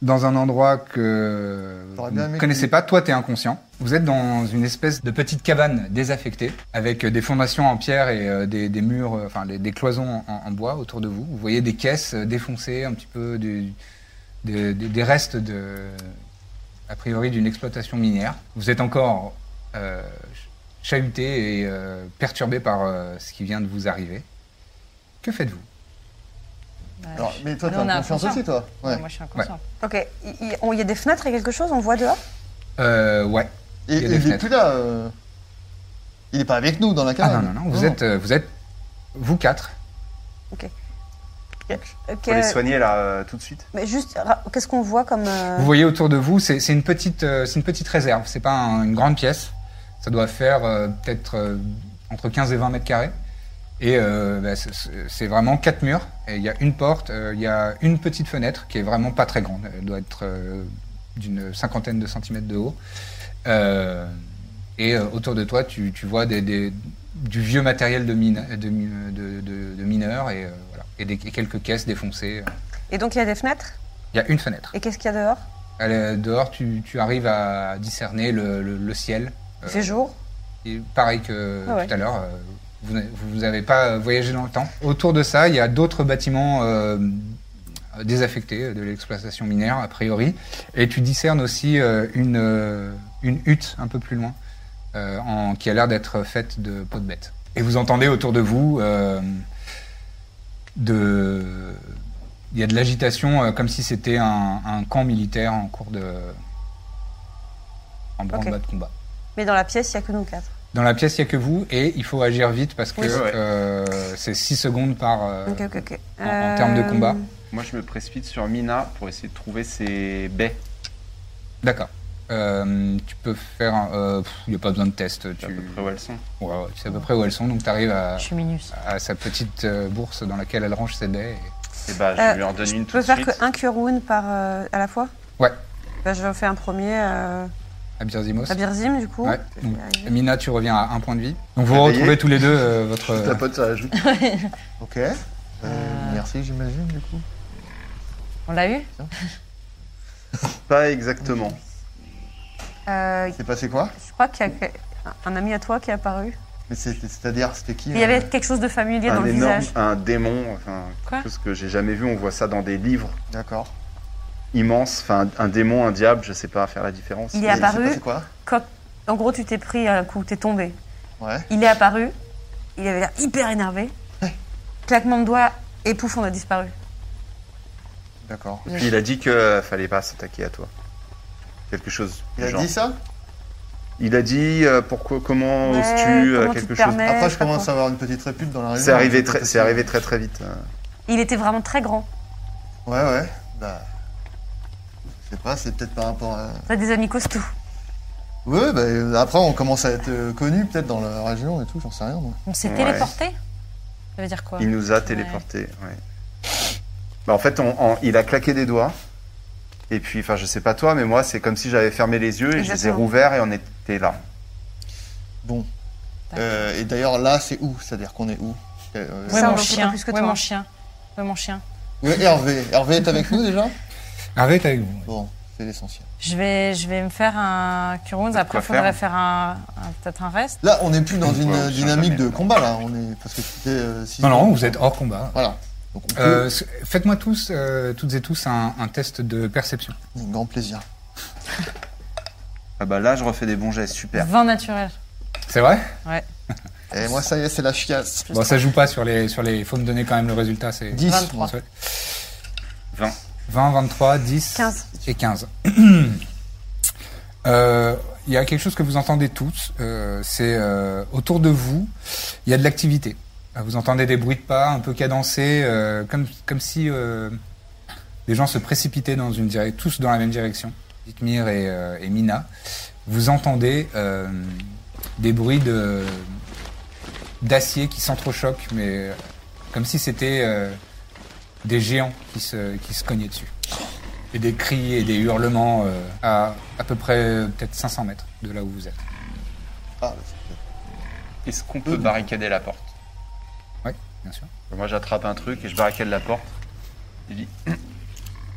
dans un endroit que T'aurais vous bien ne aimé connaissez pas, toi t'es inconscient. Vous êtes dans une espèce de petite cabane désaffectée, avec euh, des fondations en pierre et euh, des, des murs, euh, enfin des, des cloisons en, en bois autour de vous. Vous voyez des caisses euh, défoncées, un petit peu du- des- des- des restes de, a priori d'une exploitation minière. Vous êtes encore euh, ch- chahuté et euh, perturbé par euh, ce qui vient de vous arriver. Que faites-vous Alors, Ah, mais toi, Nous, t'as on a un confiance conscient. aussi, toi Ouais, Ouais. Moi, je suis inconsciente. Ok, il il- on- il y a des fenêtres, il y a quelque chose, on voit dehors Euh, Ouais. Et Il y a et des il est fenêtres. plus là. euh, Il est pas avec nous dans la Oh. Ah cabane. non, non, non. Vous, Êtes, euh, vous êtes vous quatre. Ok, Faut les soigner là euh, tout de suite. Mais juste, ra- qu'est-ce qu'on voit comme. euh, Vous voyez autour de vous, c'est c'est une, petite, euh, c'est une petite réserve. C'est pas un- une grande pièce. Ça doit faire euh, peut-être euh, entre 15 et 20 mètres carrés. Et euh, bah, c'est- c'est c'est vraiment quatre murs. Et il y a une porte, euh, il y a une petite fenêtre qui est vraiment pas très grande. Elle doit être euh, d'une cinquantaine de centimètres de haut. Euh, et euh, autour de toi, tu, tu vois des, des- du vieux matériel de, mine, de, mine- de- de- de mineurs et, euh, voilà. et, des- et quelques caisses défoncées. Et donc il y a des fenêtres Il y a une fenêtre. Et qu'est-ce qu'il y a dehors Elle est- dehors, tu, tu arrives à discerner le, le- le ciel. Il fait jour Et pareil que Ah ouais. tout à l'heure, euh, vous n'avez- vous n'avez pas euh, voyagé dans le temps. Autour de ça, il y a d'autres bâtiments euh, désaffectés euh, de l'exploitation minière, a priori. Et tu discernes aussi euh, une, euh, une hutte un peu plus loin, euh, en- qui a l'air d'être faite de peaux de bête. Et vous entendez autour de vous euh, de... Il y a de l'agitation euh, comme si c'était un, un camp militaire en cours de... en branle-bas de combat. Mais dans la pièce, il n'y a que nous quatre. Dans la pièce, il n'y a que vous et il faut agir vite parce que Oui. Ouais. euh, c'est 6 secondes par. euh, Ok, ok, ok. Euh, en- en termes de combat Moi, je me précipite sur Mina pour essayer de trouver ses baies. D'accord. Euh, tu peux faire. un- euh, pff, Il n'y a pas besoin de test. C'est à peu Tu, près où elles sont. Ouais, ouais, tu sais à peu près où elles sont, donc tu arrives à, Je suis minus. à sa petite euh, bourse dans laquelle elle range ses baies. et- Et bah, je Euh, lui en donne une Je tout de peux faire suite. qu'un cure wound par, euh, à la fois Ouais. Bah, je fais un premier euh, À Birzimos. à Birzim, du coup. Ouais. Donc, Mina, tu reviens à un point de vie. Donc vous Réveillé. retrouvez tous les deux euh, votre. T'as pas de ça ajoute. ok. Euh, Merci, j'imagine, du coup. On l'a eu Pas exactement. Euh, C'est passé quoi je crois qu'il y a que- un ami à toi qui est apparu. Mais c'est- c'est-à-dire, c'était qui euh, Euh. Il y avait quelque chose de familier dans Un le énorme, visage. un démon, enfin, Quoi quelque chose que j'ai jamais vu. On voit ça dans des livres D'accord. immenses. Enfin, un démon, un diable, je sais pas faire la différence. Il est Et c'est apparu. passé quoi Coq- En gros, tu t'es pris un coup, t'es tombé. Ouais. Il est apparu, il avait l'air hyper énervé. Ouais. Claquement de doigts et pouf, on a disparu. D'accord. Puis il a dit que euh, fallait pas s'attaquer à toi. Quelque chose. Il du a genre. dit ça Il a dit euh, pourquoi, comment Ouais, oses-tu euh, comment tu te quelque chose. permets, Après, je je sais pas commence à quoi. avoir une petite répute dans la hein, région. C'est arrivé, donc très, peut-être c'est arrivé très très vite. euh. Il était vraiment très grand. Ouais, ouais. Bah. Je sais pas, c'est peut-être par rapport à. On a des amis costauds. Ouais, bah, euh, après, on commence à être euh, connus, peut-être dans la région et tout, j'en sais rien. moi. On s'est Ouais. téléporté Ça veut dire quoi Il nous a téléporté. ouais. Bah, en fait, on- on- il a claqué des doigts. Et puis, enfin, je sais pas toi, mais moi, c'est comme si j'avais fermé les yeux et je les ai Exactement. rouverts et on était là. Bon. Euh, et d'ailleurs, là, c'est où C'est-à-dire qu'on est où Euh, Ouais, Ça, on mon en sait pas chien. plus que Ouais, toi. mon chien. Ouais, mon chien. ouais, Hervé. Hervé est avec nous déjà Arrête avec vous. Bon, c'est l'essentiel. Je vais, je vais me faire un cure wounds. Après, quoi il faudrait faire faire un, un- peut-être un reste. Là, on n'est plus dans Ouais, une on euh, change dynamique jamais. de combat, là. On est... Parce que c'était... euh, six- Non, non, vous êtes hors combat. Voilà. Donc, on peut... Euh, s- Faites-moi tous, euh, toutes et tous, un- un test de perception. Avec grand plaisir. Ah bah là, je refais des bons gestes, super. 20 naturels. C'est vrai Ouais. Et moi, ça y est, c'est la chiasse. Bon, ça joue pas sur les, sur les. Faut me donner quand même le résultat, c'est. 10. 23. 20. 20, 23, 10 15. et 15. Euh, Il y a quelque chose que vous entendez tous, euh, c'est euh, autour de vous, il y a de l'activité. Euh, Vous entendez des bruits de pas un peu cadencés, euh, comme, comme si euh, des gens se précipitaient dans une direction, tous dans la même direction, Dithmir et, euh, et Mina. Vous entendez euh, des bruits de d'acier qui s'entrechoquent, mais euh, comme si c'était euh, des géants qui se, qui se cognaient dessus. Et des cris et des hurlements euh, à à peu près euh, peut-être 500 mètres de là où vous êtes. Ah, bah, c'est- Est-ce qu'on peut barricader la porte Oui, bien sûr. Moi, j'attrape un truc et je barricade la porte. Je dis,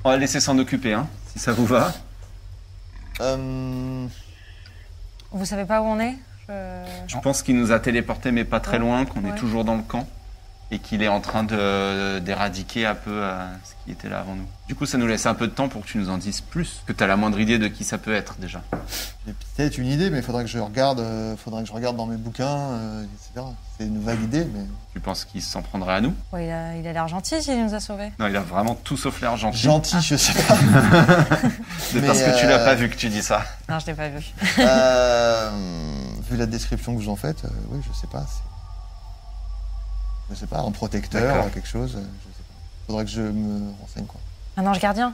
on va laisser s'en occuper, hein, si ça vous va. euh, Vous savez pas où on est Je- Je pense qu'il nous a téléporté, mais pas très Ouais. loin, qu'on est Ouais. toujours dans le camp et qu'il est en train de- d'éradiquer un peu euh, ce qui était là avant nous. Du coup, ça nous laisse un peu de temps pour que tu nous en dises plus, que tu as la moindre idée de qui ça peut être déjà. j'ai peut-être une idée, mais il faudrait que je regarde, euh, faudrait que je regarde dans mes bouquins, euh, etc. C'est une vague idée, mais Tu penses qu'il s'en prendrait à nous Ouais, il a il a l'air gentil s'il nous a sauvés. Non, il a vraiment tout sauf l'air Ah. gentil. gentil, je sais pas. C'est mais, parce que tu l'as euh, pas vu que tu dis ça. Non, je l'ai pas vu. Euh, vu la description que vous en faites, euh, oui, je sais pas. c'est- Je sais pas, un protecteur, D'accord. quelque chose. euh, Je sais pas. Faudrait que je me renseigne quoi. Un ange gardien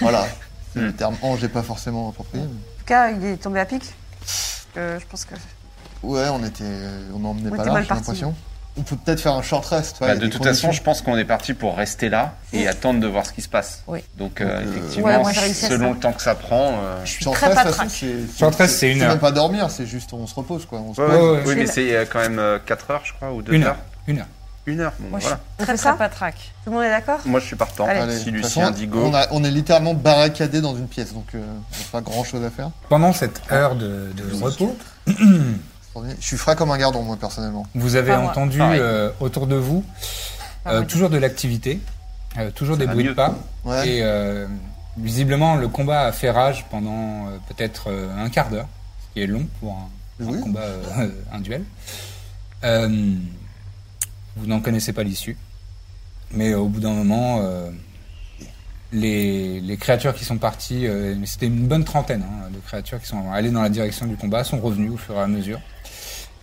Voilà. C'est Hmm. le terme ange n'est pas forcément approprié. mais- En tout cas, il est tombé à pic. Euh, je pense que. Ouais, on était, euh, on n'emmenait On pas était là, mal j'ai partis. l'impression. On peut peut-être faire un short rest. ouais, Bah, il y a de des toute façon, conditions. je pense qu'on est parti pour rester là et attendre de voir ce qui se passe. Oui. Donc, euh, Donc, euh, effectivement, Ouais, moi, j'ai réussi à selon ça. le temps que ça prend. euh, Je suis Short très rest, de toute façon, patraque. c'est- c'est- Short rest, c'est une heure. même pas dormir, c'est juste on se repose quoi. On se ouais, ouais, ouais. Oui, C'est mais la- c'est euh, quand même 4 heures, je crois, ou 2 Une heures. heure. Une heure. Une heure, bon, Moi, je voilà. suis très ça très patraque. Tout le monde est d'accord Moi, je suis partant. Allez. Allez, de si toute Lucien façon, dit go, on, a- on est littéralement barricadé dans une pièce, donc euh, on n'a pas grand chose à faire. Pendant cette heure de, de repos, Je suis frais comme un gardon, moi, personnellement. vous avez Pas moi. entendu Pareil. euh, autour de vous Pas euh, moi. toujours de l'activité, euh, toujours des va bruits de mieux. pas. Ouais. Et euh, visiblement, le combat a fait rage pendant euh, peut-être euh, un quart d'heure, ce qui est long pour un, un Oui. combat, euh, un duel. Euh, vous n'en connaissez pas l'issue, mais au bout d'un moment, euh, les, les créatures qui sont parties, euh, mais c'était une bonne trentaine hein, de créatures qui sont allées dans la direction du combat, sont revenues au fur et à mesure.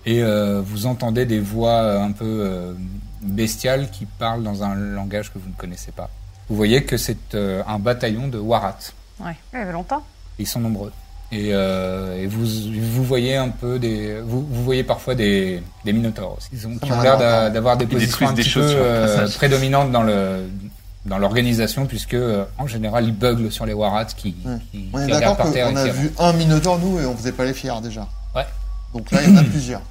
Et euh, vous entendez des voix euh, un peu euh, bestiales qui parlent dans un langage que vous ne connaissez pas. Vous voyez que c'est euh, un bataillon de Warats. Il y avait longtemps. Ils sont nombreux. Et, euh, et vous, vous voyez un peu des. Vous, vous voyez parfois des, des minotaures aussi. Ils ont, qui ont l'air d'a- d'avoir des Ils positions détruisent un des petit peu choses sur le euh, passage. prédominantes dans le dans l'organisation, puisque euh, en général ils buglent sur les Warats qui, Ouais. qui, On est qui d'accord regardent par terre et qu'on a qui vu un Minotaur, nous, et on faisait pas les fiers, déjà. Ouais. Donc là, il y en a plusieurs.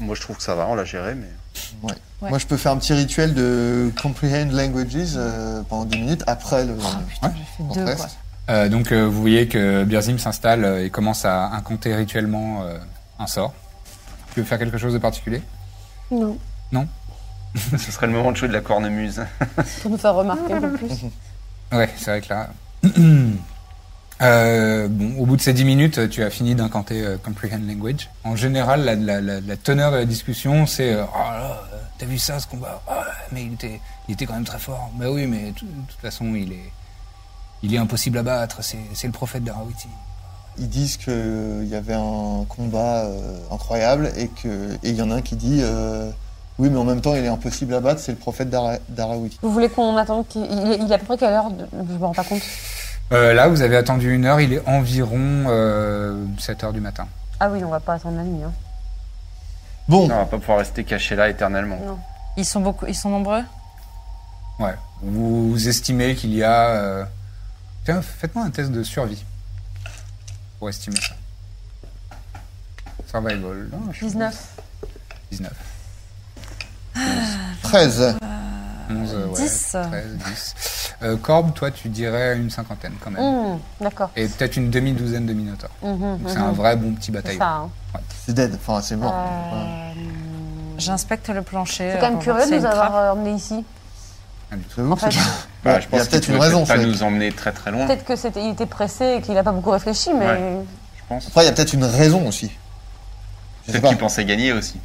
moi, je trouve que ça va, on l'a géré, mais. Ouais. Ouais. Moi, je peux faire un petit rituel de Comprehend Languages euh, pendant 10 minutes après le... Oh putain, j'ai fait short deux rest. quoi. Euh, donc euh, vous voyez que Birzim s'installe euh, et commence à incanter rituellement euh, un sort. Tu veux faire quelque chose de particulier Non, Ce serait le moment de jouer de la cornemuse. pour nous faire remarquer un peu plus. Ouais, c'est vrai que là. Euh, bon, au bout de ces 10 minutes, tu as fini d'incanter euh, Comprehend Language. En général, la, la- la- la teneur de la discussion, c'est euh, Oh là là, euh, t'as vu ça ce combat Oh là là, Mais il était, il était quand même très fort. Bah oui, mais de toute façon, il est, il est impossible à battre. C'est c'est le prophète d'Arawiti. Ils disent qu'il y avait un combat euh, incroyable et que et il y en a un qui dit... euh, oui, mais en même temps, il est impossible à battre, c'est le prophète d'Ara- d'Araoui. Vous voulez qu'on attende qu'il il est, il est à peu près quelle heure de- Je me rends pas compte. Euh, là, vous avez attendu une heure, il est environ 7 heures du matin. Ah oui, on va pas attendre la nuit. Hein. Bon, Non, on va pas pouvoir rester caché là éternellement. Ils sont beaucoup, ils sont nombreux. Ouais. Vous estimez qu'il y a. euh, Tiens, faites-moi un test de survie pour estimer ça. Survival. non, je suis 19. 19. 13. Ah, 11, euh, ouais, 10. 13, 10. Euh, Corbe, toi, tu dirais une cinquantaine quand même. Hum, D'accord. Et peut-être une demi-douzaine de minotaures. Mhm, Donc mhm. c'est un vrai bon petit C'est bataillon. ça. hein. C'est dead, enfin, c'est mort. Ouais. Euh, J'inspecte le plancher. C'est quand euh, même pour voir curieux de s'il y a nous une avoir trappe. euh, emmenés ici. J'avoue que Enfin, c'est- Voilà, je Il y a pense que peut-être tu une veux raison, peut-être pas ça. nous emmener très très loin, Peut-être que c'était, il était pressé et qu'il a pas beaucoup réfléchi, mais je pense. Après, il y a peut-être une raison aussi. Je sais Peut-être pas. qu'ils pensaient gagner aussi.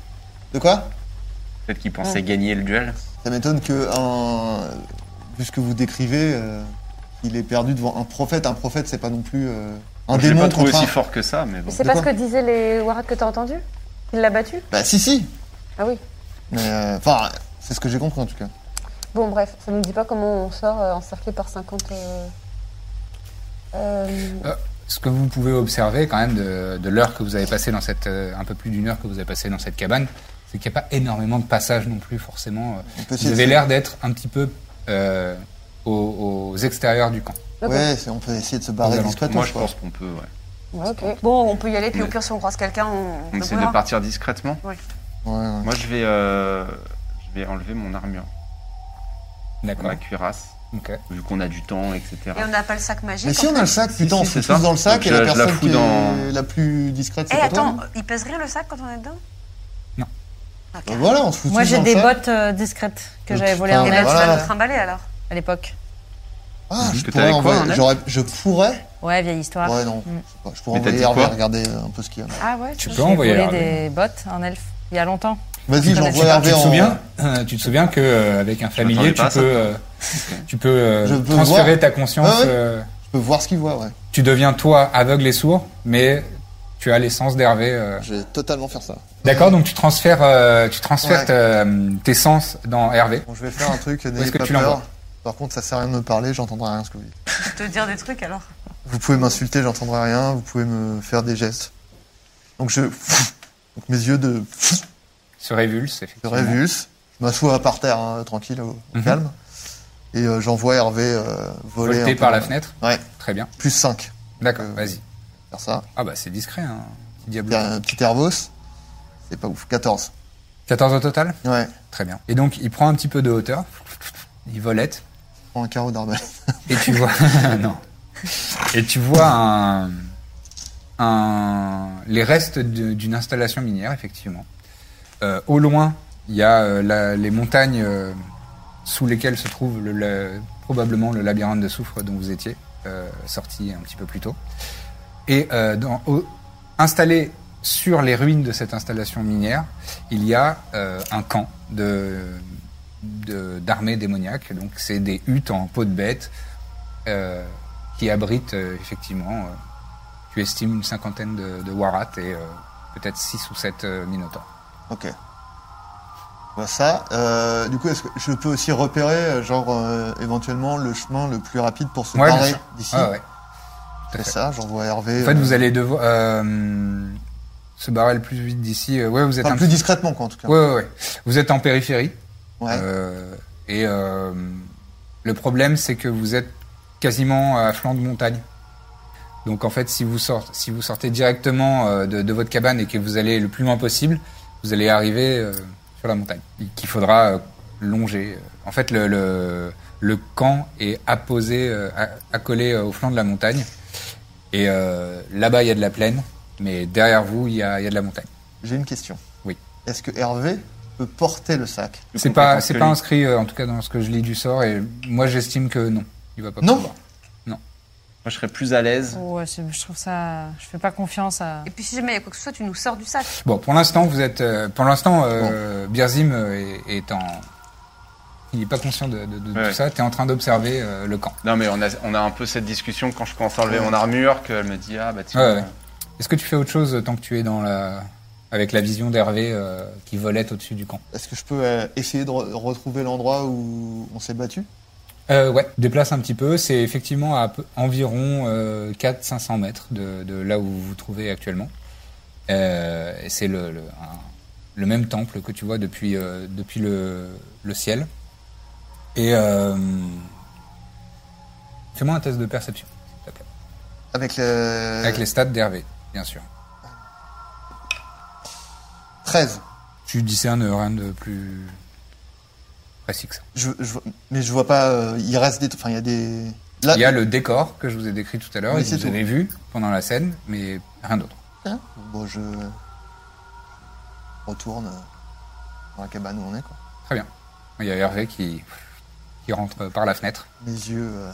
De quoi Peut-être qu'il pensait gagner le duel. Ça m'étonne que, un... vu ce que vous décrivez, euh, il est perdu devant un prophète. Un prophète, c'est pas non plus euh, un Je l'ai démon pas trouvé contre un... aussi fort que ça, mais bon. C'est De pas ce quoi que disaient les Warad que t'as entendu Il l'a battu Bah si, si Ah oui. Mais, euh, Enfin, c'est ce que j'ai compris en tout cas. Bon, bref, ça nous dit pas comment on sort euh, encerclé par 50. euh, euh, Ce que vous pouvez observer quand même de, de l'heure que vous avez passée dans cette, euh, un peu plus d'une heure que vous avez passée dans cette cabane, c'est qu'il n'y a pas énormément de passages non plus forcément. euh. On peut Vous essayer- avez l'air d'être un petit peu euh, aux, aux extérieurs du camp. ok. Ouais, c'est- on peut essayer de se barrer Aux discrètement. Moi, je quoi. pense qu'on peut, ouais. Ouais, ok. Bon, on peut y aller, puis au pire, si on croise quelqu'un, on. On le essaie verra. de partir discrètement. Ouais, ouais. Moi, je vais, euh, je vais enlever mon armure, D'accord. ma cuirasse, Ok. vu qu'on a du temps, etc. Et on n'a pas le sac magique. Mais si en on a le sac, Si, putain, si, on se c'est fout ça. tous dans le sac Donc, et je la la- je la personne fous qui est dans- la plus discrète, Eh, c'est pas toi. attends, non il pèse rien le sac quand on est dedans Non. Ok. Bah Voilà, on se fout Moi, tous j'ai dans des le sac. bottes euh, discrètes que Oh, j'avais volées à putain, Et un mec là, Eh ben, tu vas Voilà. le trimballer alors. à l'époque. Ah, je pourrais Que t'avais quoi, envoyer- un net j'aurais- Je pourrais Ouais, vieille histoire. Ouais, non. je Mm. sais pas, Je pourrais Mais t'as envoyer dit Hervé quoi regarder euh, un peu ce qu'il y a. Ah ouais Tu J'ai peux envoyer. volé Hervé. des bottes à un elfe il y a longtemps. Vas-y, Je j'envoie sais pas, Hervé Tu te en. souviens, euh, tu te souviens que euh, avec un familier, m'attendais tu pas à ça. peux, euh, tu peux euh, Je peux transférer voir. ta conscience. Ah ouais. euh, Je peux voir ce qu'il voit, ouais. tu deviens toi aveugle et sourd, mais tu as l'essence d'Hervé. euh. Je vais totalement faire ça. D'accord, donc tu transfères, euh, tu transfères Ouais. ta- euh, tes sens dans Hervé. Bon, je vais faire un truc, est-ce n'ayez que pas tu peur. l'envoies Par contre, ça sert à rien de me parler, j'entendrai rien ce que vous dites. Je te dire des trucs alors. Vous pouvez m'insulter, j'entendrai rien, vous pouvez me faire des gestes. Donc je. Donc mes yeux de, Ce révulse, de effectivement. révulse, je m'assois par terre, hein, tranquille, au, au Mhm. calme. Et euh, j'envoie Hervé euh, voler. un Volté peu. par la fenêtre. Ouais, Très bien. plus 5. D'accord, Euh, vas-y. Faire ça. Ah bah c'est discret, hein. petit Faire Diablo. Un petit Airbus. C'est pas ouf. 14. 14 au total Ouais, Très bien. Et donc il prend un petit peu de hauteur, il volette, je prends un carreau d'arbalète. et tu vois... non. Et tu vois un... un... les restes de- d'une installation minière, effectivement. Euh, au loin, il y a euh, la- les montagnes euh, sous lesquelles se trouve le, la- probablement le labyrinthe de soufre dont vous étiez euh, sorti un petit peu plus tôt. Et euh, dans- au- installé sur les ruines de cette installation minière, il y a euh, un camp de de- d'armée démoniaque. Donc c'est des huttes en peau de bête euh, qui abritent euh, effectivement, euh, tu estimes une cinquantaine de, de warats et euh, peut-être six ou sept euh, minotaures. Ok. Bah ça, euh, du coup, est-ce que je peux aussi repérer, euh, genre, euh, éventuellement, le chemin le plus rapide pour se Ouais, bien barrer sûr. d'ici Ah ouais. C'est fait. ça, j'envoie Hervé. En fait, euh, vous allez devoir euh, se barrer le plus vite d'ici. Euh, Ouais, vous êtes Enfin, un plus hein. petit- discrètement, quoi, en tout cas. Ouais, ouais, ouais. Vous êtes en périphérie. Ouais. Euh, et euh, le problème, c'est que vous êtes quasiment à flanc de montagne. Donc en fait, si vous sortez, si vous sortez directement euh, de, de votre cabane et que vous allez le plus loin possible, vous allez arriver euh, sur la montagne, qu'il faudra euh, longer. En fait, le, le, le camp est apposé, euh, a- accolé euh, au flanc de la montagne. Et euh, là-bas, il y a de la plaine, mais derrière vous, il y a, il y a de la montagne. J'ai une question. Oui. Est-ce que Hervé peut porter le sac Plus C'est pas, compétent c'est que pas lui. inscrit euh, en tout cas dans ce que je lis du sort et moi j'estime que non, il va pas Non. pouvoir. Moi, je serais plus à l'aise. Ouais, euh, c'est- je trouve ça. Je fais pas confiance à. Et puis si jamais il y a quoi que ce soit, tu nous sors du sac. Bon, pour l'instant vous êtes, euh, pour l'instant euh, Birzim euh, est, est en, il est pas conscient de, de- de Ouais. tout ça. T'es en train d'observer euh, le camp. Non, mais on a, on a un peu cette discussion quand je commence à enlever mon armure, qu'elle me dit Ah, bah tiens. Ouais, ouais. Est-ce que tu fais autre chose euh, tant que tu es dans la, avec la vision d'Hervé euh, qui volette au-dessus du camp Est-ce que je peux euh, essayer de re- retrouver l'endroit où on s'est battu euh, Ouais, déplace un petit peu. C'est effectivement à peu- environ euh, 400-500 mètres de, de là où vous vous trouvez actuellement. Euh, et c'est le, le, un- le même temple que tu vois depuis, euh, depuis le, le ciel. Et euh, fais-moi un test de perception, s'il te plaît. Avec euh, le. Avec les stats d'Hervé, bien sûr. 13. Tu discernes rien de plus précis que ça. Je, je vois- mais je vois pas. euh, il reste des. Enfin, il y a des. Là, Il y a le décor que je vous ai décrit tout à l'heure Ah. Oui, et que c'est vous tout. avez vu pendant la scène, mais rien d'autre. Hein Bon, je. Retourne euh, dans la cabane où on est, quoi. Très bien. Il y a Hervé qui, qui rentre par la fenêtre. Mes yeux euh,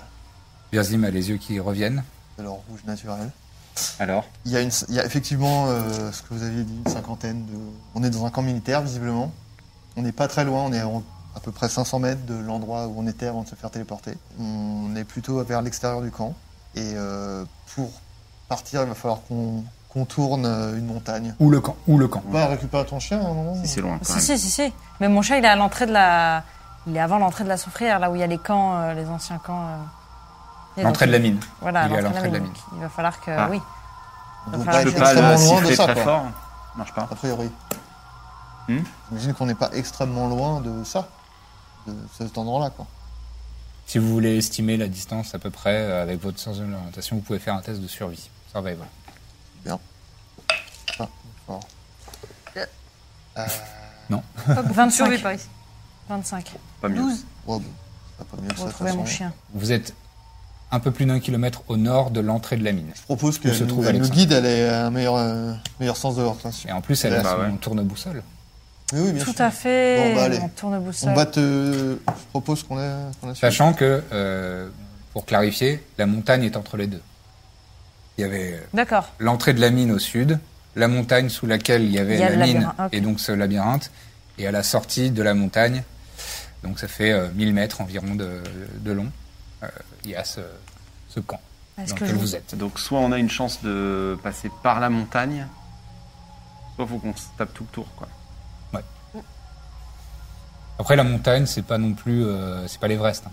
Birzim a les yeux qui reviennent. de leur rouge naturel. Alors Il y a, une, il y a effectivement euh, ce que vous aviez dit, une cinquantaine de. On est dans un camp militaire, visiblement. On n'est pas très loin, on est à, à peu près 500 mètres de l'endroit où on était avant de se faire téléporter. On est plutôt vers l'extérieur du camp. Et euh, pour partir, il va falloir qu'on contourne euh, une montagne. Ou le camp. Ou le camp. On va récupérer ton chien hein, à un moment Si c'est loin, quand Si, même. si, si, si. Mais mon chat, il est à l'entrée de la. Il est avant l'entrée de la soufrière, là où il y a les camps, euh, les anciens camps. euh. Et L'entrée de donc- la mine. Voilà, il est à l'entrée de la mine. mine. Il va falloir que. Ah. Oui. Donc, Je pas Je peux c'est pas extrêmement le loin de siffler ça, très quoi. fort. Marche pas. A priori. Hmm J'imagine qu'on n'est pas extrêmement loin de ça, de cet endroit-là, quoi. Si vous voulez estimer la distance à peu près euh, avec votre sens de l'orientation, vous pouvez faire un test de survie. Survival. Ah, bon. Euh, 25. Survie par ici. 25. Pas mieux. 12. ouais, bon, c'est pas mieux que ça, de toute Retrouver façon. mon chien. Vous êtes un peu plus d'un kilomètre au nord de l'entrée de la mine. Je propose Où qu'elle se nous, trouve elle nous Alexandre guide, elle ait un meilleur, euh, meilleur sens de l'orientation. Et en plus, elle a Bah son ouais. tourne-boussole. Oui, oui, bien Tout sûr. à fait. Bon, bah, allez. On tourne On boussole. va te... Je propose qu'on ait... qu'on ait suivi. Sachant que, euh, pour clarifier, la montagne est entre les deux. Il y avait D'accord. l'entrée de la mine au sud, la montagne sous laquelle il y avait Il y a la le mine labyrinthe, ok. et donc ce labyrinthe, et à la sortie de la montagne, donc ça fait euh, 1000 mètres environ de, de long, euh, il y a ce, ce camp Est-ce dans que lequel je. vous êtes. Donc soit on a une chance de passer par la montagne, soit faut qu'on se tape tout le tour. Quoi. Après la montagne, c'est pas non plus, euh, c'est pas l'Everest. hein.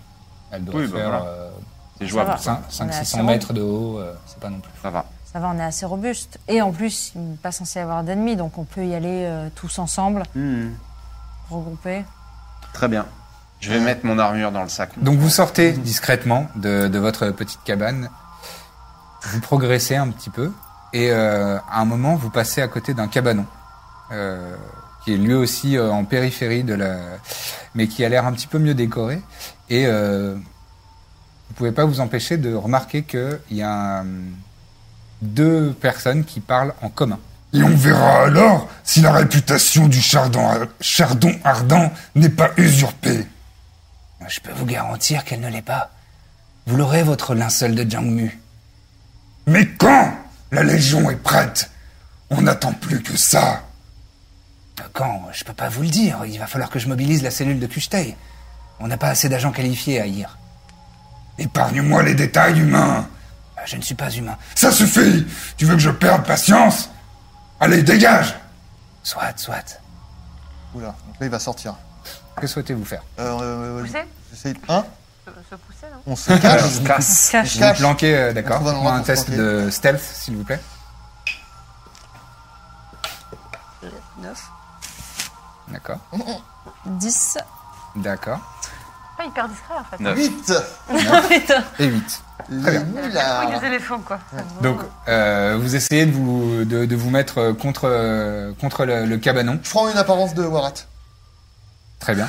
Elle doit Oui, bah faire euh, voilà. C'est jouable. va. Ça, 500-600 assurément. mètres de haut, euh, c'est pas non plus. ça va. Ça va, on est assez robuste. Et en plus, il n'est pas censé y avoir d'ennemis, donc on peut y aller euh, tous ensemble, Hmm. regroupés. Très bien. Je vais mettre mon armure dans le sac. Donc vous sortez discrètement de, de votre petite cabane, vous progressez un petit peu, et euh, à un moment vous passez à côté d'un cabanon, euh, qui est lui aussi euh, en périphérie de la... mais qui a l'air un petit peu mieux décoré, et euh, vous pouvez pas vous empêcher de remarquer qu'il y a euh, deux personnes qui parlent en commun. Et on verra alors si la réputation du chardon, chardon ardent n'est pas usurpée. Je peux vous garantir qu'elle ne l'est pas. Vous l'aurez votre linceul de Jangmu. Mais quand la Légion est prête, on n'attend plus que ça. Euh, Quand Je peux pas vous le dire. Il va falloir que je mobilise la cellule de Kuchtei. On n'a pas assez d'agents qualifiés à IR. Épargne-moi les détails humains. Euh, Je ne suis pas humain. Ça suffit Tu veux que je perde patience Allez, dégage Soit, soit. Oula, donc là, il va sortir. Que souhaitez-vous faire Euh, Pousser j'essaie- Hein Se se pousser, non On se cache On se casse. On se cache. Vous Cache. vous planquez, euh, d'accord. On trouve un Faites-moi endroit un pour test se planquer. de stealth, s'il vous plaît. 9. D'accord. 10. D'accord. Pas hyper discret en fait. Neuf. Vite Et 8. Oui, Oula les éléphants quoi. Donc, euh, vous essayez de vous, de, de vous mettre euh, contre, euh, contre le, le cabanon. Je prends une apparence de Warat. Très bien.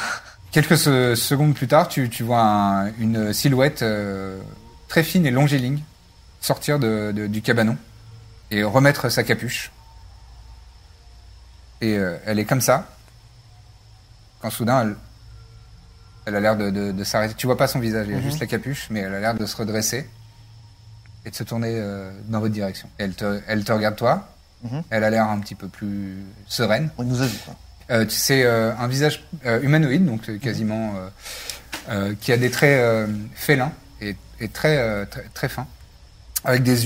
Quelques se- secondes plus tard, tu, tu vois un- une silhouette euh, très fine et longiligne sortir de- de- du cabanon et remettre sa capuche. Et euh, elle est comme ça. Quand soudain, elle, elle a l'air de, de- de s'arrêter. Tu vois pas son visage, il y a juste la capuche, mais elle a l'air de se redresser et de se tourner euh, dans votre direction. Elle te, elle te regarde toi. Mhm. Elle a l'air un petit peu plus sereine. On nous ajoute, quoi. Euh, c'est euh, un visage euh, humanoïde, donc euh, quasiment, euh, euh, qui a des traits euh, félins et, et très, euh, très, très fins, avec des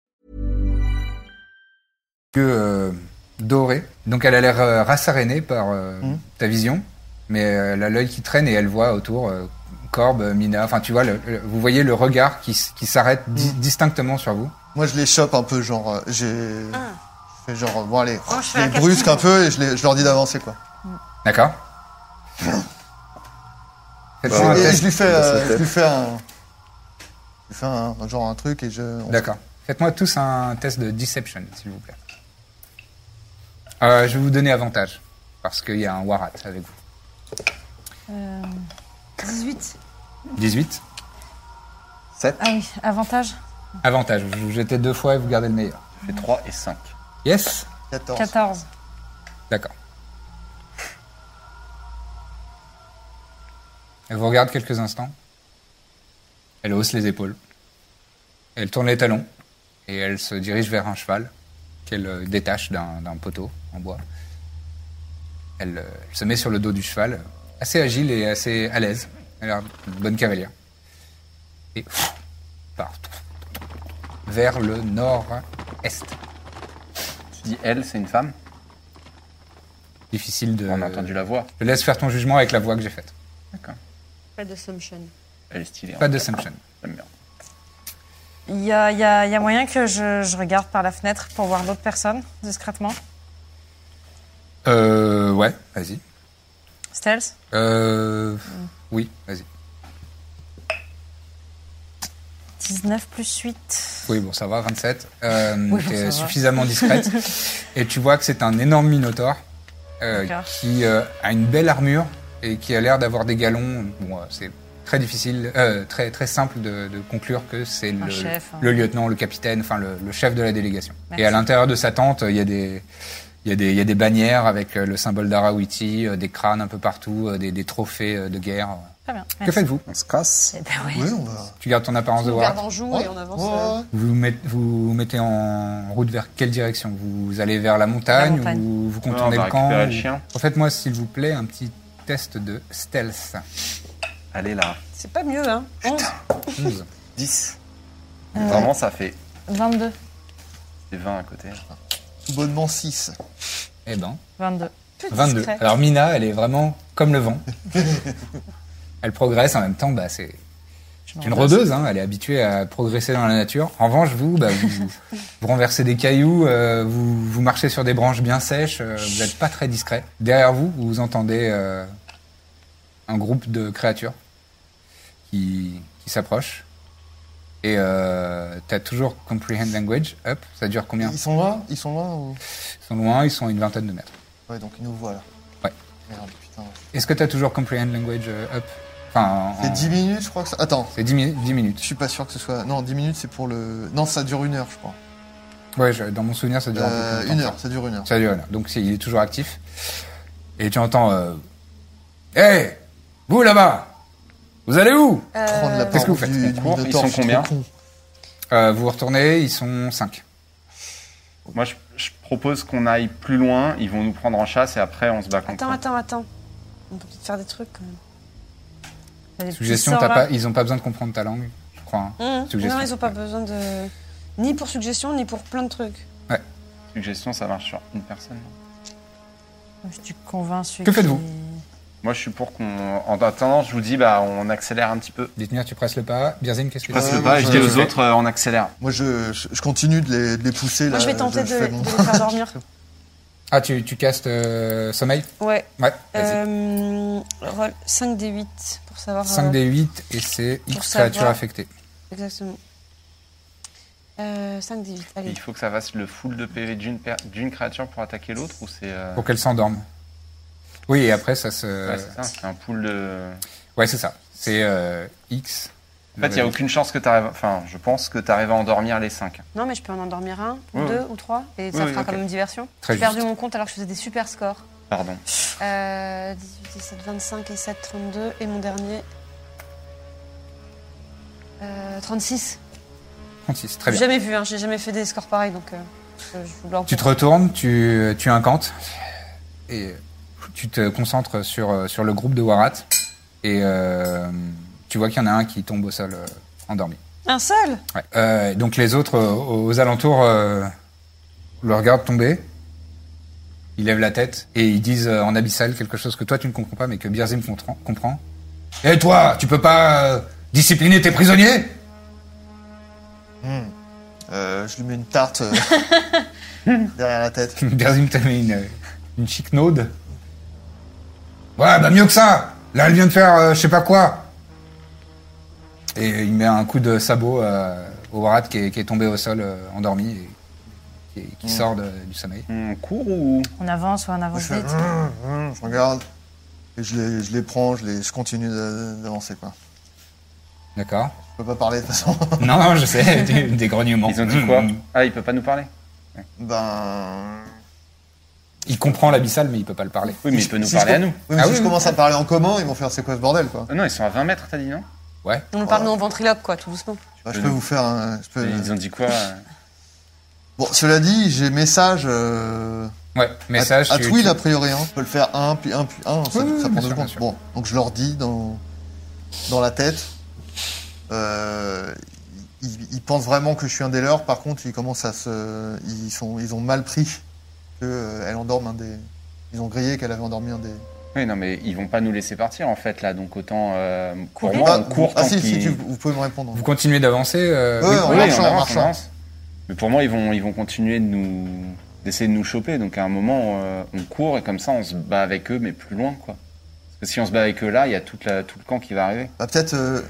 yeux euh, dorés. Donc elle a l'air euh, rassarénée par euh, ta vision, mais euh, elle a l'œil qui traîne et elle voit autour euh, Corbe, Mina. Enfin, tu vois, le- le- vous voyez le regard qui, s- qui s'arrête di- distinctement sur vous. Moi, je les chope un peu, genre, euh, j'ai. Ah. Je fais genre, euh, bon, allez, Oh, je je fais la les brusque un peu et je, les- je leur dis d'avancer, quoi. D'accord Faites-moi un et test. Bah, je lui fais, euh, je lui fais un. Tu fais un, genre un truc et je. on- D'accord. Faites-moi tous un test de deception, s'il vous plaît. Euh, je vais vous donner avantage, parce qu'il y a un Warat avec vous. Euh, 18. 18. 7. Ah oui, avantage Avantage, vous vous jetez deux fois et vous gardez le meilleur. J'ai 3 et 5. Yes 14. 14. D'accord. Elle vous regarde quelques instants. Elle hausse les épaules. Elle tourne les talons. Et elle se dirige vers un cheval qu'elle euh, détache d'un d'un poteau en bois. Elle, euh, elle se met sur le dos du cheval, assez agile et assez à l'aise. Elle a l'air une bonne cavalière. Et pff, part vers le nord-est. Tu dis elle, c'est une femme Difficile de. On a entendu la voix. Je laisse faire ton jugement avec la voix que j'ai faite. Pas de sumption. Elle est stylée. Pas hein. d'assumption. J'aime bien. Il y a, il y a- il y a moyen que je, je regarde par la fenêtre pour voir d'autres personnes, discrètement. Euh, ouais, vas-y. Stealth Euh, oui, vas-y. 19 plus 8. Oui, bon, ça va, 27. Euh, Oui, t'es ça va. suffisamment discrète. et tu vois que c'est un énorme minotaure euh, D'accord. qui euh, a une belle armure et qui a l'air d'avoir des galons. Bon, euh, c'est très difficile, euh, très, très simple de, de conclure que c'est le, chef, hein. le lieutenant, le capitaine, enfin le, le chef de la délégation. Merci. Et à l'intérieur de sa tente, il y a des... Il y, a des, il y a des bannières avec euh, le symbole d'Arawiti, euh, des crânes un peu partout, euh, des, des trophées euh, de guerre. Très bien. Que merci. faites-vous On se casse. Eh ben ouais. Oui, on va. Tu gardes ton apparence de On Warat garde en joue et on avance. Ouais, euh, ouais. Vous met- vous vous mettez en route vers quelle direction Vous allez vers la montagne, La montagne. ou vous Ouais, on contournez va le camp récupérer le ou- chien. En fait, moi, s'il vous plaît, un petit test de stealth. Elle est là. C'est pas mieux, hein 11. 10. Vraiment, ça fait 22. c'est 20 à côté. Tout bonnement 6. Eh ben, 22. Petit 22. secret. Alors Mina, elle est vraiment comme le vent. elle progresse en même temps, bah, c'est Je m'en c'est une vais. rôdeuse, hein, elle est habituée à progresser dans la nature. En revanche, vous, bah, vous, vous renversez des cailloux, euh, vous, vous marchez sur des branches bien sèches, euh, vous n'êtes pas très discret. Derrière vous, vous entendez euh, un groupe de créatures qui, qui s'approchent. Et euh, t'as toujours Comprehend Language, hop, ça dure combien Ils sont loin Ils sont loin ou... Ils sont loin, ils sont à une vingtaine de mètres. Ouais, donc ils nous voient là. Ouais. Merde, putain. Est-ce que t'as toujours Comprehend Language euh, up Enfin, en- C'est 10 minutes, je crois que ça. Attends, c'est 10 mi- 10 minutes. je suis pas sûr que ce soit. Non, 10 minutes, c'est pour le. Non, ça dure une heure, je crois. Ouais, je- dans mon souvenir, ça dure un peu Euh, plus de une temps. heure, ça dure une heure. Ça dure une heure. Donc c'est- il est toujours actif. Et tu entends. euh, Hey Vous là-bas Vous allez où Euh, Prendre Euh, la Qu'est-ce que vous parole faites du- On du court, Minotaure, ils sont je suis combien trop con. Euh, Vous vous retournez, ils sont 5. Moi, je, je propose qu'on aille plus loin. Ils vont nous prendre en chasse et après, on se bat contre Attends, eux. attends, attends. On peut peut-être faire des trucs quand même. Il y a des petits Suggestion, sorts, t'as là. pas, ils n'ont pas besoin de comprendre ta langue, je crois. hein. Mmh. Hum, Suggestion. Non, ils ont pas besoin de. Ni pour suggestion, ni pour plein de trucs. Suggestion, ça marche sur une personne. non Je suis convaincu. Que faites-vous Moi, je suis pour qu'on. En attendant, je vous dis, bah, on accélère un petit peu. Détenir, tu presses le pas. Birzim, qu'est-ce que tu Je passe Euh, le pas et je dis je- aux autres, euh, on accélère. Moi, je, je, je continue de les, de les pousser là. Moi, je vais tenter de, fais de mon- les faire dormir. Ah, tu, tu castes euh, sommeil Ouais. Ouais, vas-y. Euh, roll 5 des 8 pour savoir. 5 euh, des 8 et c'est pour X créature savoir. affectée. Exactement. Euh, 5 des 8, Et allez. il faut que ça fasse le full de PV d'une per- d'une créature pour attaquer l'autre ou c'est. euh, Pour qu'elle s'endorme. Oui, et après, ça se. Ouais, c'est ça, c'est un pool de. Ouais, c'est ça. C'est euh, X. En fait, il n'y a aucune chance que tu arrives. Enfin, je pense que tu arrives à endormir les 5. Non, mais je peux en endormir un, ou Ouais, deux, ou trois, et ça Ouais, fera ouais, quand ok. même diversion. Très J'ai perdu juste. mon compte alors que je faisais des super scores. Pardon. Euh, 18, 17, 25 et 7, 32, et mon dernier. Euh, 36. 36, très J'ai bien. jamais vu, hein, j'ai jamais fait des scores pareils, donc euh, je, je vous blâme. Tu te retournes, tu, tu incantes et tu te concentres sur, euh, sur le groupe de Warat et euh, tu vois qu'il y en a un qui tombe au sol euh, endormi. Un seul Ouais. Euh, donc les autres euh, aux alentours euh, le regardent tomber, ils lèvent la tête et ils disent euh, en abyssal quelque chose que toi tu ne comprends pas mais que Birzim comprend. comprend. Et toi, tu peux pas euh, discipliner tes prisonniers Hmm. Euh, je lui mets une tarte euh, derrière la tête. Birzim t'a mis une, une chicnaude. Ouais, bah mieux que ça Là, elle vient de faire euh, je sais pas quoi. Et il met un coup de sabot euh, au rat qui, est- qui est tombé au sol euh, endormi et qui, qui sort de- du sommeil. On court ou On avance ou on avance je, fais, vite Hum, hum je regarde et je les, je les prends, je, les, je continue d'a- d'avancer. quoi. D'accord. Je peux pas parler de toute façon. Non, non, je sais, des, des grognements. Mm. Ils ont dit quoi Ah, il peut pas nous parler ben. Il comprend l'abyssal, mais il peut pas le parler. Oui, mais il peut nous si parler je- à nous. Oui, mais Ah si oui, je oui. commence à parler en commun, ils vont faire c'est quoi ce bordel quoi. Ah non, ils sont à 20 mètres, t'as dit non Ouais. On parle nous en ventriloque, quoi, tout doucement. Bah, je peux vous faire un. je peux- Ils ont dit quoi euh Bon, cela dit, j'ai message. euh, Ouais, Ah, message. à, à tu- Twill, tu- a priori. Hein. Je peux le faire un, puis un, puis un. Ça, Oui, oui, ça bien sûr, prend deux bien secondes. sûr. Bon, donc je leur dis dans, dans la tête. Euh, ils, ils pensent vraiment que je suis un des leurs. Par contre, ils commencent à se. Ils, sont, ils ont mal pris qu'elle endorme un des. Ils ont grillé qu'elle avait endormi un des. Oui, non, mais ils vont pas nous laisser partir en fait là, donc autant. euh, pour Courir. moi, Ah, on court ah tant si, si, qu'ils- tu- vous pouvez me répondre. Vous continuez d'avancer. euh, Ouais, oui, ouais, Oui, en marchant, on en avance, on marchant. avance. Mais pour moi, ils vont, ils vont continuer de nous d'essayer de nous choper. Donc à un moment, euh, on court et comme ça, on se bat avec eux, mais plus loin, quoi. Parce que si on se bat avec eux là, il y a toute la, tout le camp qui va arriver. Bah, peut-être. euh,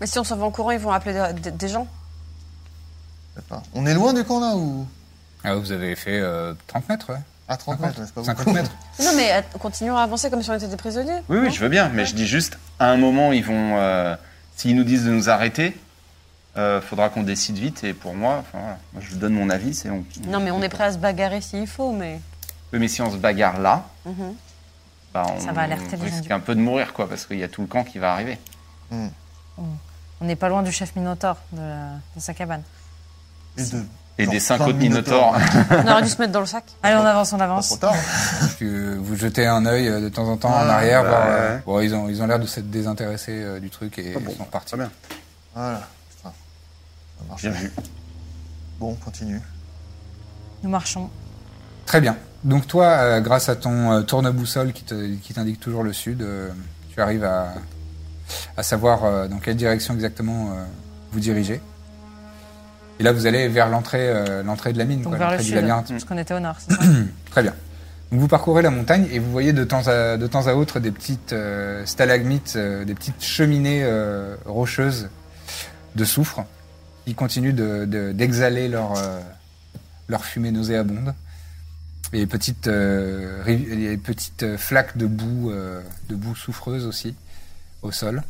Mais si on s'en va en courant, ils vont appeler de- de- des gens. je sais pas. On est loin du camp là ou. Ah, vous avez fait euh, 30 mètres, ouais. À 30 mètres, Ah, ouais, c'est pas beaucoup. 50 mètres. Non, mais att- continuons à avancer comme si on était des prisonniers. Oui, oui, je veux bien, mais je dis juste, à un moment, ils vont, euh, s'ils nous disent de nous arrêter, euh, faudra qu'on décide vite. Et pour moi, enfin, voilà, moi, je donne mon avis, c'est on. Non, mais on est prêt à se bagarrer s'il faut, mais. Oui, mais si on se bagarre là, Mhm. bah, on Ça va alerter les gens risque du- un peu de mourir, quoi, parce qu'il y a tout le camp qui va arriver. On n'est pas loin du chef Minotaur de, la- de sa cabane. Et de- Et Genre des plein de 50 minotaures. On aurait dû se mettre dans le sac. Allez, on avance, on Pas avance. trop tard. hein. Tu- vous jetez un œil euh, de temps en temps en Ah, arrière. bah, voir, euh, ouais. Ah bon, ils ont ils ont l'air de s'être désintéressés euh, du truc et ils sont repartis. très bien. Voilà. Putain. Ça marche. Bien vu. Bon, continue. Nous marchons. Très bien. Donc toi, euh, grâce à ton euh, tourne-boussole qui te- qui t'indique toujours le sud, euh, tu arrives à, à savoir euh, dans quelle direction exactement euh, vous dirigez. Et là, vous allez vers l'entrée euh, l'entrée de la mine, Donc quoi, vers le l'entrée du sud, labyrinthe. parce qu'on était au nord. c'est ça Très bien. Donc vous parcourez la montagne et vous voyez de temps à, de temps à autre des petites euh, stalagmites, euh, des petites cheminées euh, rocheuses de soufre qui continuent de- de- d'exhaler leur, euh, leur fumée nauséabonde. Et les petites, euh, riv- les petites flaques de boue, euh, de boue soufreuse aussi au sol.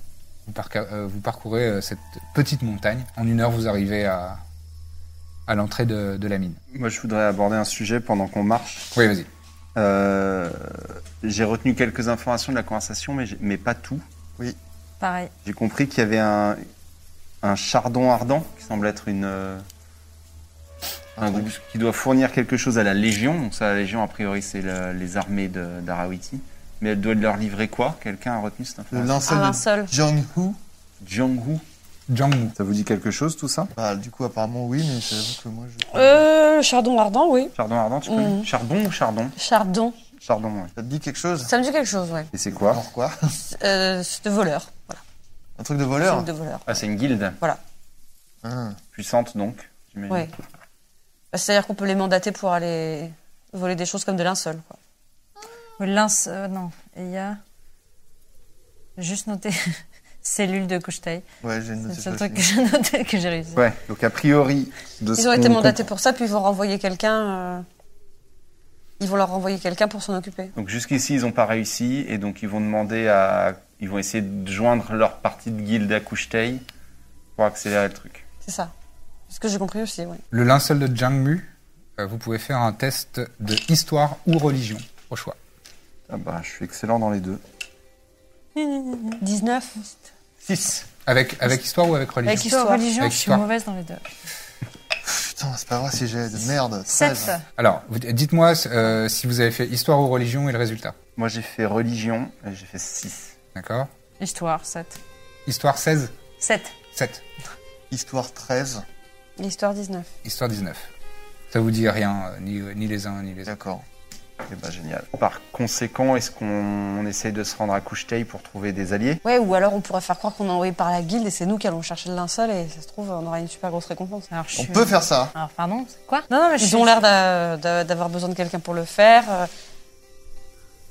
Vous, parca- euh, vous parcourez euh, cette petite montagne. En une heure, vous arrivez à, à l'entrée de, de la mine. Moi, je voudrais aborder un sujet pendant qu'on marche. Oui, vas-y. Euh, j'ai retenu quelques informations de la conversation, mais, j'ai- mais pas tout. Pareil. J'ai compris qu'il y avait un, un chardon ardent qui semble être une, euh, un groupe qui doit fournir quelque chose à la Légion. Donc ça, la Légion, a priori, c'est le- les armées de- d'Arawiti. Mais elle doit leur livrer quoi Quelqu'un a retenu cette Le information Ah, Un linceul linceul. de Jiang Hu. Jianghu. Jiangmu. Ça vous dit quelque chose, tout ça Bah, du coup, apparemment, oui, mais j'avoue que moi, je... Euh, chardon ardent, oui. Chardon ardent, tu connais Mm. Charbon ou chardon Chardon. Chardon, oui. ça te dit quelque chose Ça me dit quelque chose, ouais. Et c'est quoi Alors quoi Euh, c'est de voleur. Voilà. Un truc de C'est voleur de voleur. Ah, c'est une guilde. Ah. Puissante, donc. j'imagine. Ouais. Bah, C'est-à-dire qu'on peut les mandater pour aller voler des choses comme de linceul. Quoi. Le lince, euh, non. Et il y a. J'ai Juste noté. Cellule de couche-taille. Ah, Ouais, j'ai C'est noté le ça seul truc que aussi. j'ai noté que j'ai réussi. Ouais, donc a priori. De ce Ils ont été qu'on mandatés pour ça, puis ils vont renvoyer quelqu'un. euh, Ils vont leur renvoyer quelqu'un pour s'en occuper. Donc jusqu'ici, ils n'ont pas réussi et donc ils vont demander à, ils vont essayer de joindre leur partie de guilde à Coucheteil pour accélérer le truc. C'est ça. C'est ce que j'ai compris aussi, oui. Le linceul de Jiangmu, euh, vous pouvez faire un test de histoire ou religion, au choix. Ah bah, je suis excellent dans les deux. 19 6 Avec, avec histoire ou avec religion Avec Histoire, Histoire. religion, Avec je suis histoire. mauvaise dans les deux. Putain, c'est pas vrai si j'ai de merde. 7. 13. Alors, vous- dites-moi euh, si vous avez fait histoire ou religion et le résultat. Moi, j'ai fait religion et j'ai fait 6. D'accord Histoire, 7. Histoire 16, 7. 7. Histoire 13. L'histoire 19. Histoire 19. Ça vous dit rien, euh, ni, ni les uns ni les autres. D'accord. Et bah, génial. Par conséquent, est-ce qu'on on essaye de se rendre à Coucheteil pour trouver des alliés Ouais, ou alors on pourrait faire croire qu'on est envoyé par la guilde et c'est nous qui allons chercher le linceul et ça se trouve, on aura une super grosse récompense. Alors, je On suis- peut faire ça. Alors, pardon c'est Quoi Non, non, mais je Ils suis- ont l'air d'a- d'a- d'avoir besoin de quelqu'un pour le faire. euh,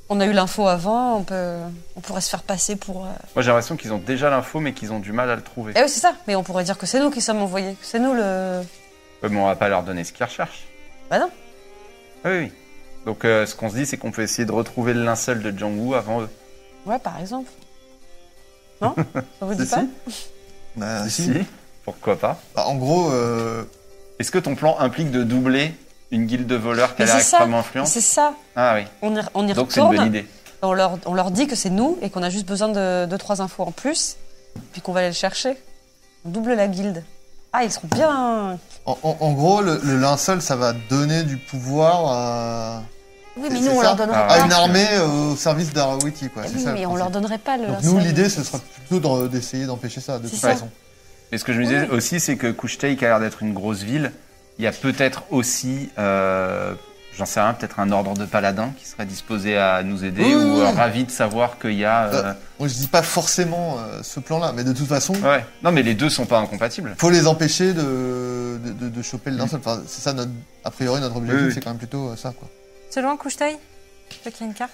On a eu l'info avant, on, peut, on pourrait se faire passer pour. euh, Moi, j'ai l'impression qu'ils ont déjà l'info, mais qu'ils ont du mal à le trouver. Eh oui, c'est ça, mais on pourrait dire que c'est nous qui sommes envoyés, que c'est nous le. Ouais, Euh, mais on va pas leur donner ce qu'ils recherchent. Bah non. Ah Oui, oui. Donc, euh, ce qu'on se dit, c'est qu'on peut essayer de retrouver le linceul de Jang-woo avant eux. Ouais, par exemple. Non Ça vous dit Si, pas Bah, Si, si. Pourquoi pas Bah, en gros, euh, Est-ce que ton plan implique de doubler une guilde de voleurs qui a Mais l'air c'est ça, extrêmement influente c'est ça. Ah oui. On y, on y Donc, c'est une retourne. bonne idée. On leur, on leur dit que c'est nous et qu'on a juste besoin de deux, trois infos en plus, puis qu'on va aller le chercher. On double la guilde. Ah, ils seront bien. en, en- en gros, le, le linceul, ça va donner du pouvoir à. Oui, c'est- mais c'est nous, on ça leur Ah, donnera À pas. une armée euh, au service d'Arawiti, quoi. Ah, Eh c'est oui, ça, le mais on leur principe. donnerait pas le. Donc, nous, linceul. l'idée, ce serait plutôt d'en- d'essayer d'empêcher ça, de C'est toute ça. façon. Mais ce que je me disais aussi, c'est que Coucheteil, qui a l'air d'être une grosse ville, il y a peut-être aussi, euh, j'en sais rien, peut-être un ordre de paladins qui serait disposé à nous aider Oui, ou oui, euh, oui. ravi de savoir qu'il y a. euh, Moi, je dis pas forcément euh, ce plan-là, mais de toute façon, Ouais. Non, mais les deux sont pas incompatibles. faut les empêcher de, de, de- de choper le linceul. Enfin, c'est ça, notre, a priori, notre objectif, Oui, oui. c'est quand même plutôt euh, ça, quoi. C'est loin, Couchetaille Je crois qu'il y a une carte.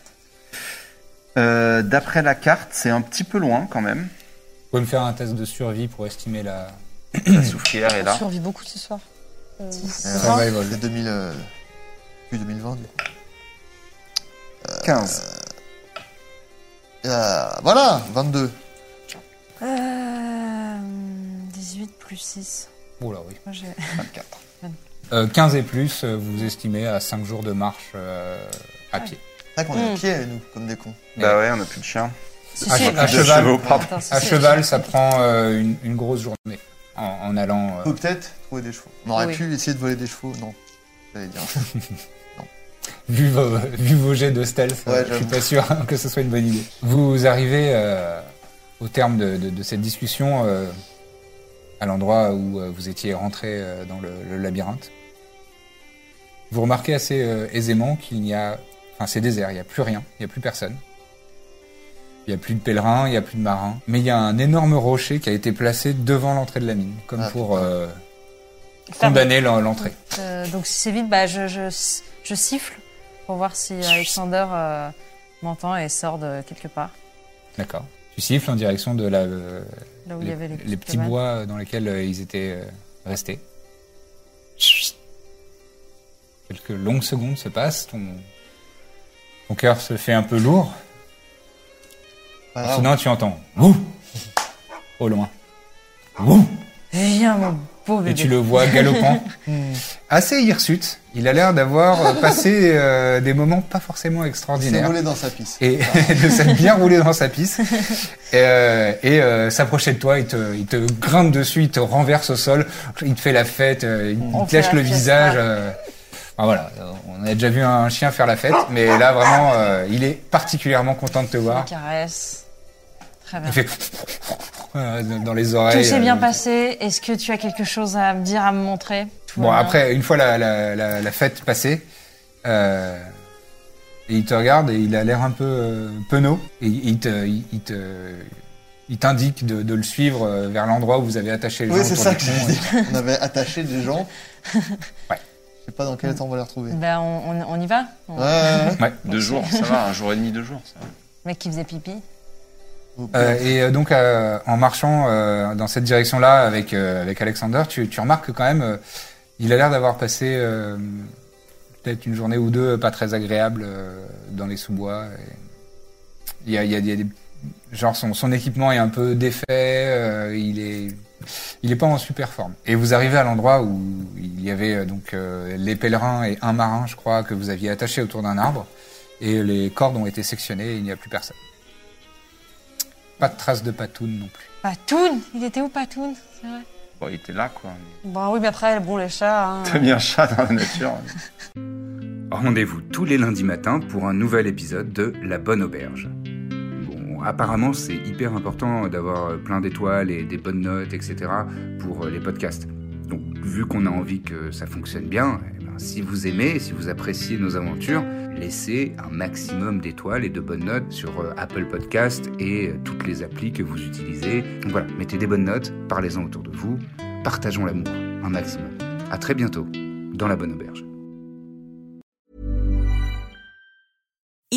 Euh, D'après la carte, c'est un petit peu loin quand même. Vous pouvez me faire un test de survie pour estimer la. La souffrière est On là. survit beaucoup ce soir. Euh, Ça va évoluer. C'est 2000, euh, plus 2020, du coup. 15. Euh, voilà, 22. Euh, 18 plus 6. Oh là, oui. Moi, j'ai- 24. Euh, 15 et plus, euh, vous estimez à 5 jours de marche euh, à pied. C'est vrai qu'on est Mm. à pied, nous, comme des cons. Bah ouais, on a plus de chien. si, à, si, à Deux cheval, Ah, chevaux, pardon. Attends, si, à si. cheval, ça prend euh, une, une grosse journée en, en allant. On euh, peut peut-être trouver des chevaux. On aurait Oui. pu essayer de voler des chevaux, non. J'allais dire. vu, vos, vu vos jets de stealth, Ouais, euh, je suis pas sûr que ce soit une bonne idée. Vous arrivez euh, au terme de, de- de cette discussion euh, à l'endroit où euh, vous étiez rentré euh, dans le, le labyrinthe. Vous remarquez assez euh, aisément qu'il n'y a. Enfin, c'est désert, il n'y a plus rien, il n'y a plus personne. Il n'y a plus de pèlerins, il n'y a plus de marins. Mais il y a un énorme rocher qui a été placé devant l'entrée de la mine, comme Ah, pour euh, Ferme. condamner l'en- l'entrée. Euh, donc si c'est vide, bah, je, je, je siffle pour voir si Alexander euh, m'entend et sort de quelque part, D'accord. Tu siffles en direction de la. euh, là où il y les, avait les, les petits cabanes. bois euh, dans lesquels euh, ils étaient euh, restés. Quelques longues secondes se passent, ton, ton cœur se fait un peu lourd. Pas grave. Soudain, tu entends Ouh au loin. Ouh Viens, mon beau Et bébé. tu le vois galopant. Hmm. Assez hirsute, il a l'air d'avoir euh, passé euh, des moments pas forcément Il s'est extraordinaires. volé dans sa piste. Et de s'être bien roulé dans sa piste. Et, euh, et, euh, s'approcher de toi, il te, il te grimpe dessus, il te renverse au sol, il te fait la fête, euh, il, il On te fait lèche la le fête, visage. ouais. euh, enfin, voilà, euh, on a déjà vu un chien faire la fête, mais là vraiment, euh, il est particulièrement content de te Je voir. le caresse. Très bien. Ah. Il fait euh, dans les oreilles. Tout s'est bien euh, passé. Est-ce que tu as quelque chose à me dire, à me montrer Tout Bon, va bien. après, une fois la, la- la- la fête passée, euh, et il te regarde et il a l'air un peu euh, penaud. Et il te, il, il te, il t'indique de, de le suivre euh, vers l'endroit où vous avez attaché les Oui, gens c'est autour ça du que pont, j'ai et- dit. On avait attaché des gens. Ouais. Mm. Je sais pas dans quel temps on va les retrouver. Ben, on, on- on y va On- Ouais, ouais, ouais. Ouais. Deux jours, ça va, un jour et demi, deux jours. ça va. Le mec qui faisait pipi. Euh, et euh, donc, euh, en marchant euh, dans cette direction-là avec, euh, avec Alexander, tu, tu remarques que quand même, euh, il a l'air d'avoir passé euh, peut-être une journée ou deux pas très agréable euh, dans les sous-bois. et Il y a, il y a- il y a des... Genre, son, son équipement est un peu défait, euh, il est... Il est pas en super forme. Et vous arrivez à l'endroit où il y avait euh, donc euh, les pèlerins et un marin, je crois, que vous aviez attaché autour d'un arbre. Et les cordes ont été sectionnées et il n'y a plus personne. Pas de traces de patoune non plus. Patoun Il était où, Patoun C'est vrai. Bon, il était là, quoi. Bon, oui, mais après, bon, les chats. hein. T'as mis un chat dans la nature. hein. Rendez-vous tous les lundis matins pour un nouvel épisode de La Bonne Auberge. Bon, apparemment, c'est hyper important d'avoir plein d'étoiles et des bonnes notes, etc. pour euh, les podcasts. Donc, vu qu'on a envie que ça fonctionne bien, eh ben, si vous aimez, si vous appréciez nos aventures, laissez un maximum d'étoiles et de bonnes notes sur euh, Apple Podcast et euh, toutes les applis que vous utilisez. Donc voilà, mettez des bonnes notes, parlez-en autour de vous, partageons l'amour un maximum. À très bientôt dans La Bonne Auberge.